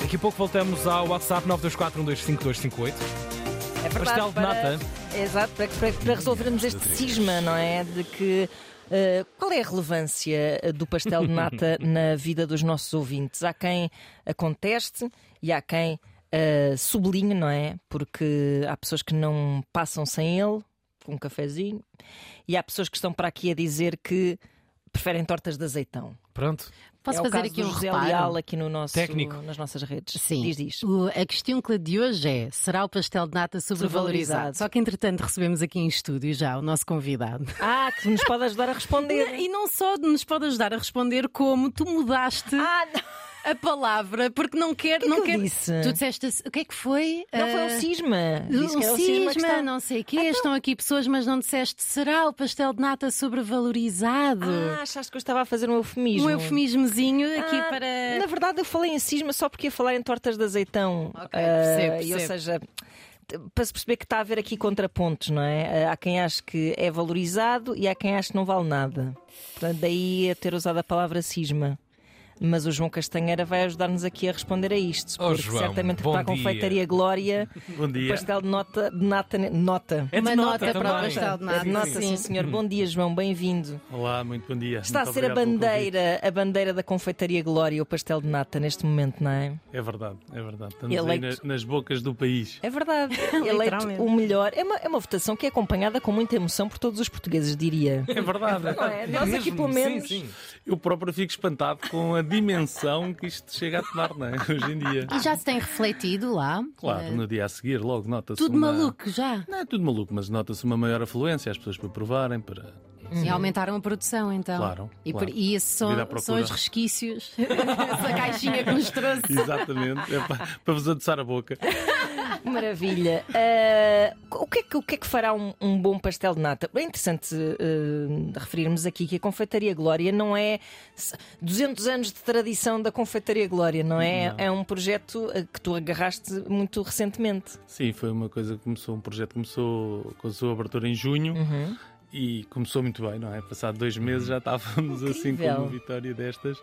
Daqui a pouco voltamos ao WhatsApp 924125258. É verdade, Pastel de para- nata. Exato, para, para- para resolvermos este cisma, não é? De que. eh, qual é a relevância eh, do pastel de nata na vida dos nossos ouvintes? Há quem a conteste e há quem eh, sublinhe, não é? Porque há pessoas que não passam sem ele, com um cafezinho, e há pessoas que estão para aqui a dizer que preferem tortas de azeitão. Pronto. Posso é o fazer caso aqui do um José reparo? Leal aqui no nosso, Técnico. nas nossas redes. Sim. Diz, diz. O- a questão de hoje é: será o pastel de nata sobrevalorizado? Sobrevalorizado. Só que entretanto recebemos aqui em estúdio já o nosso convidado. Ah, que nos pode ajudar a responder. E não só nos pode ajudar a responder, como tu mudaste Ah, não. a palavra, porque não quer. que não eu quer... disse? Tu disseste assim- o que é que foi? Não foi um Ah, cisma. Disse um que era o cisma, que cisma, está- Ah, então- não sei o quê, estão aqui pessoas, mas não disseste será o pastel de nata sobrevalorizado? Ah, achaste que eu estava a fazer um eufemismo. um eufemismozinho aqui Ah, para. Na verdade, eu falei em cisma só porque ia falar em tortas de azeitão. Ok, Ah, e, percebo, Ou percebo. seja, t- para se perceber que está a haver aqui contrapontos, não é? Ah, Há quem ache que é valorizado e há quem ache que não vale nada. Portanto, daí a ter usado a palavra cisma. Mas o João Castanheira vai ajudar-nos aqui a responder a isto. Oh, porque João, certamente bom para a dia. confeitaria Glória, Bom o dia. pastel de nota, de nata, nota. É de Uma nota nota para o também. pastel de É nata. de nota, sim, sim. senhor. Bom dia, João, bem-vindo. Olá, muito bom dia. Está Muito a ser a obrigado pelo convite. bandeira, a bandeira da confeitaria Glória, o pastel de nata neste momento, não é? É verdade, é verdade. Estamos aí Eleito. na- nas bocas do país. É verdade. Eleito Literalmente. o melhor. É uma, é uma votação que é acompanhada com muita emoção por todos os portugueses, diria. É verdade. Não é? Nós Mesmo? aqui pelo menos. Sim, sim. Eu próprio fico espantado com a dimensão que isto chega a tomar, não é? Hoje em dia. E já se tem refletido lá? Eh, É. Claro, no dia a seguir, logo nota-se. Tudo uma- maluco já. Não é tudo maluco, mas nota-se uma maior afluência, as pessoas para provarem, para. E aumentaram a produção, então. Uhum. Claro, E, por- claro. e esses são, Devido à procura. são os resquícios da caixinha que nos trouxe. Exatamente, é para, para vos adoçar a boca. Que Maravilha. Ah, o, que é que, o que é que fará um, um bom pastel de nata? É interessante ah, referirmos aqui que a Confeitaria Glória não é s- 200 anos de tradição da Confeitaria Glória, não é? É um projeto ah, que tu agarraste muito recentemente. Sim, foi uma coisa que começou, um projeto que começou com a sua abertura em junho Uhum. e começou muito bem, não é? Passado dois meses já estávamos assim com Incrível. uma vitória destas,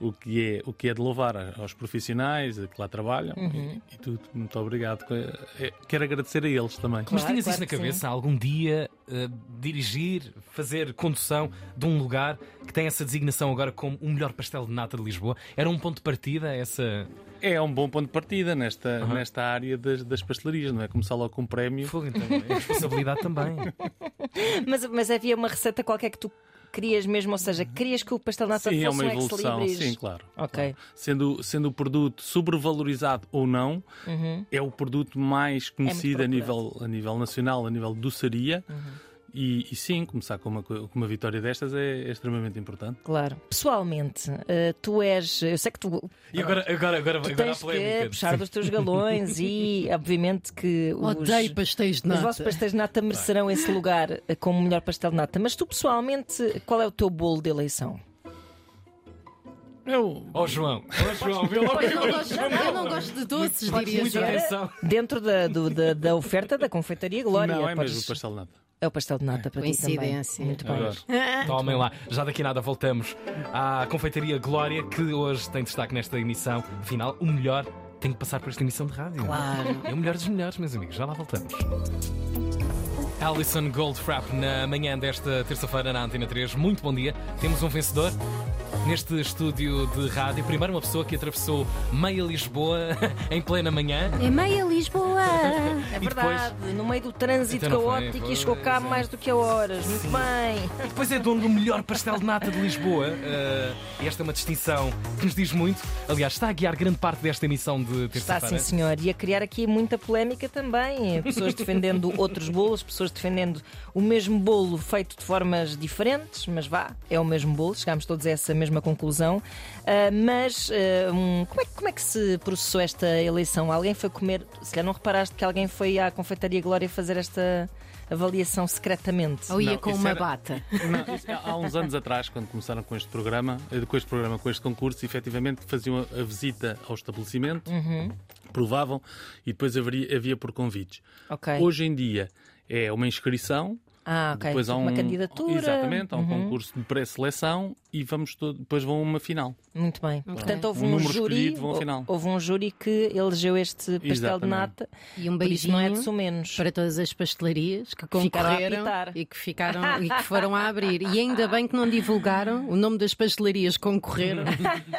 o que é, o que é de louvar a- aos profissionais que lá trabalham Uhum. e, e tudo. Muito obrigado. Eh, Quero agradecer a eles também. Mas Claro, tinhas claro isso na que sim. cabeça, algum dia eh, dirigir, fazer condução de um lugar que tem essa designação agora como o melhor pastel de nata de Lisboa? Era um ponto de partida essa. É um bom ponto de partida nesta, nesta área das, das pastelarias, não é? Começar logo com um prémio. Fogo, então, é responsabilidade também. Mas, mas havia uma receita qualquer que tu querias mesmo, ou seja, querias que o pastel de nata Sim, fosse é uma um evolução, ex-libris. sim, claro. Ok. Sendo, sendo o produto sobrevalorizado ou não, é o produto mais conhecido a, procurado. nível, a nível nacional, a nível doçaria. E, e sim, começar com uma, co- com uma vitória destas é, é extremamente importante. Claro. Pessoalmente, eh, tu és. Eu sei que tu, E agora, agora, agora, tu agora há tens que polémica. puxar dos teus galões e, obviamente, que os, Odeio pastéis de os vossos nata. pastéis de nata merecerão esse lugar eh, como o melhor pastel de nata. Mas tu, pessoalmente, qual é o teu bolo de eleição? Eu, Ó João, ó João, vê logo Eu não gosto- Eu não gosto de doces, diria muita já. atenção. Dentro da, do- da, da oferta da Confeitaria Glória. não, é podes- mesmo o pastel de nata. é o pastel de nata para ti também. Coincidência. Muito bem. Adoro. Tomem lá, já daqui a nada voltamos à Confeitaria Glória, que hoje tem destaque nesta emissão. Afinal, o melhor tem que passar por esta emissão de rádio. Claro. É o melhor dos melhores, meus amigos. Já lá voltamos. Alison Goldfrapp, na manhã desta terça-feira na Antena 3. Muito bom dia. Temos um vencedor neste estúdio de rádio. Primeiro, uma pessoa que atravessou meia Lisboa em plena manhã. É meia Lisboa. depois- É verdade, no meio do trânsito Então não foi, caótico e pois, chegou cá é. mais do que a horas. Muito bem. E depois é dono do melhor pastel de nata de Lisboa. Eh, esta é uma distinção que nos diz muito. Aliás, está a guiar grande parte desta emissão de Está terça-feira. sim, senhor. E a criar aqui muita polémica também. Pessoas defendendo outros bolos, pessoas defendendo o mesmo bolo feito de formas diferentes, mas vá, é o mesmo bolo, chegámos todos a essa mesma conclusão. Ah, mas ah, um, como, é, que- como é que se processou esta eleição? Alguém foi comer, se calhar não reparaste que alguém foi à Confeitaria Glória fazer esta avaliação secretamente. Ou ia Não, com isso uma era- bata. Não, isso, há há uns anos atrás, quando começaram com este programa, eh, com este programa, com este concurso, efetivamente faziam a, a visita ao estabelecimento, provavam e depois haveria- havia por convites. Ok. Hoje em dia é uma inscrição Ah, ok. Depois há Uma um- candidatura. Exatamente, há um Uhum. concurso de pré-seleção e vamos todo- depois vão a uma final. Muito bem. Portanto, houve Um um, número júri. escolhido, vão ao final. Houve um júri que elegeu este pastel de Exatamente. nata. E um Por isso beijinho não é de menos. para todas as pastelarias que Ficaram a concorreram apitar. e que ficaram e que foram a abrir. E ainda bem que não divulgaram o nome das pastelarias que concorreram.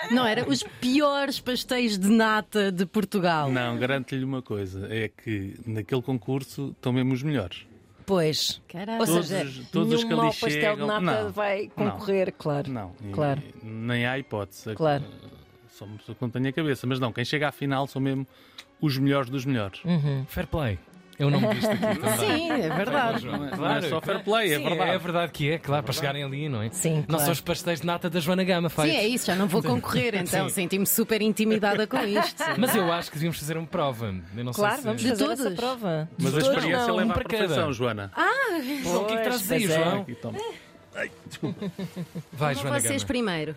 Não era os piores pastéis de nata de Portugal. Não, garanto-lhe uma coisa: é que naquele concurso estão mesmo os melhores. Pois. Caralho. Ou Todos seja, os- todos os nenhum que ali mau pastel de chegam- nata Não, vai não. concorrer, claro. Não, e- Claro. nem há hipótese. Claro. Só uma pessoa que não tenha cabeça. Mas não, quem chega à final são mesmo os melhores dos melhores. Uhum. Fair play. É o nome disto aqui também. Sim, é verdade. João. Não é- Não é Claro. só fair play, é Sim, verdade. É verdade que é, claro, para chegarem ali, não é? Sim, Não claro. são os pastéis de nata da Joana Gama, faz. Sim, é isso, já não vou concorrer, então senti-me super intimidada com isto. Mas eu acho que devíamos fazer uma prova. Eu não Claro, sei se... vamos De fazer essa todos. prova. Mas De a todos, experiência não. Ah. um leva à para cada. perfeição, Joana. João, o que é que Pois, trazes aí, pois é. João? Aqui, toma. Vai, Então Joana vocês Gama. primeiro.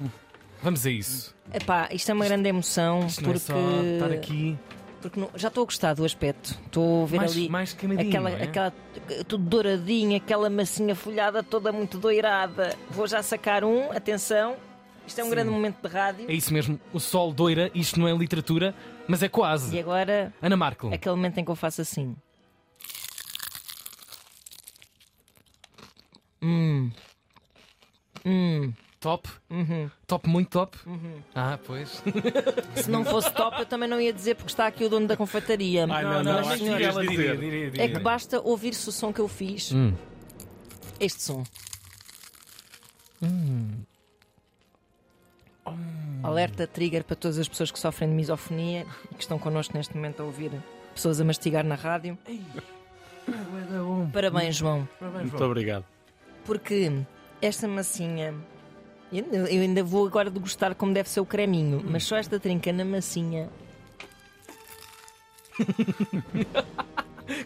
Vamos a isso. Epá, isto é uma grande emoção Isto não é porque, só estar aqui. porque não- já estou a gostar do aspecto. Estou a ver Mais- ali mais um queimadinho, aquela, não é? aquela tudo douradinha, aquela massinha folhada toda muito doirada. Vou já sacar um, atenção. Isto é um grande momento de rádio. É isso mesmo. O sol doira, isto não é literatura, mas é quase. E agora Ana Markel. aquele momento em que eu faço assim. Top. Uhum. Top, muito top. Ah, pois. Se não fosse top, eu também não ia dizer porque está aqui o dono da confeitaria. Ai, não, não, acho que senhora, devias dizer. É que basta ouvir-se o som que eu fiz. Este som. Alerta trigger para todas as pessoas que sofrem de misofonia e que estão connosco neste momento a ouvir pessoas a mastigar na rádio. Parabéns, João, Muito obrigado. porque esta massinha. Eu ainda- eu ainda vou agora degustar como deve ser o creminho, mas só esta trinca na massinha.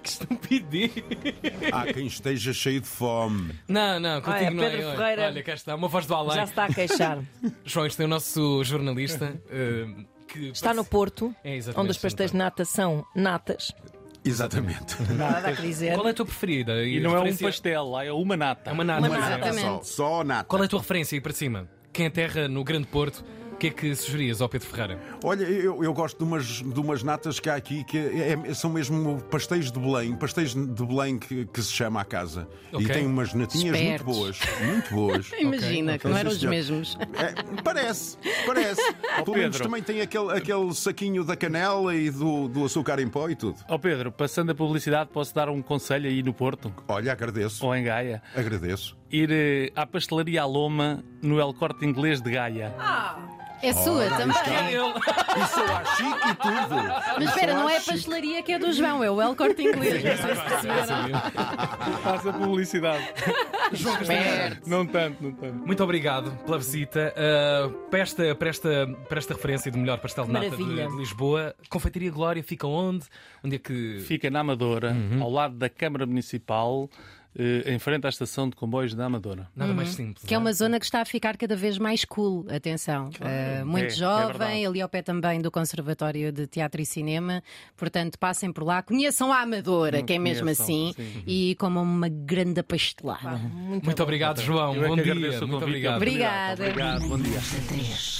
Que estupidez. Há quem esteja cheio de fome. Não, não, contigo Olha, não é. Ah, Pedro Olha, Ferreira. Olha, cá está, uma voz do além. Já se está a queixar. João, este é o nosso jornalista. eh, que Está no parece- Porto, É, exatamente, onde os pastéis de nata são natas. Exatamente. Nada a dizer. Qual é a tua preferida? E não é um referência- pastel, lá é uma nata. É uma nata. por exemplo. Exatamente. Só, só nata. Qual é a tua referência aí para cima? Quem aterra no Grande Porto, o que é que sugerias ao Pedro Ferreira? Olha, eu, eu gosto de umas, de umas natas que há aqui que é- é- são mesmo pastéis de Belém, pastéis de Belém que, que se chama a casa. Ok. E tem umas natinhas Espertos. muito boas. Muito boas. Imagina, que não Sim, eram os senhor. mesmos. É, parece, parece. Pelo menos Pedro. também tem aquele, aquele saquinho da canela e do, do açúcar em pó e tudo. Ó Pedro, passando a publicidade, posso dar um conselho aí no Porto? Olha, agradeço. Ou em Gaia? Agradeço. Ir eh, à pastelaria Aloma no El Corte Inglês de Gaia. É sua também. Isso eu acho chique e tudo. Mas espera, não é a pastelaria que é do João, é o El Corte Inglês. Não sei se perceberam. Faça publicidade. não tanto, não tanto. Muito obrigado pela visita. Uh, para, esta, para, esta, para esta referência de melhor pastel de nata de, Maravilha. de Lisboa, Confeitaria Glória fica onde? Onde é que. Fica na Amadora, Uhum. ao lado da Câmara Municipal, eh, em frente à estação de comboios da Amadora. Nada mais simples. Que é não uma zona que está a ficar cada vez mais cool, atenção. Eh, muito É, é jovem, verdade. ali ao pé também do Conservatório de Teatro e Cinema. Portanto, passem por lá, conheçam a Amadora, que é mesmo Hum, conheçam, assim, sim. e comam uma grande pastelada. Muito obrigado, João. Eu é Bom que dia. agradeço o Muito convite. obrigado. Obrigada. Obrigado, bom dia. Três.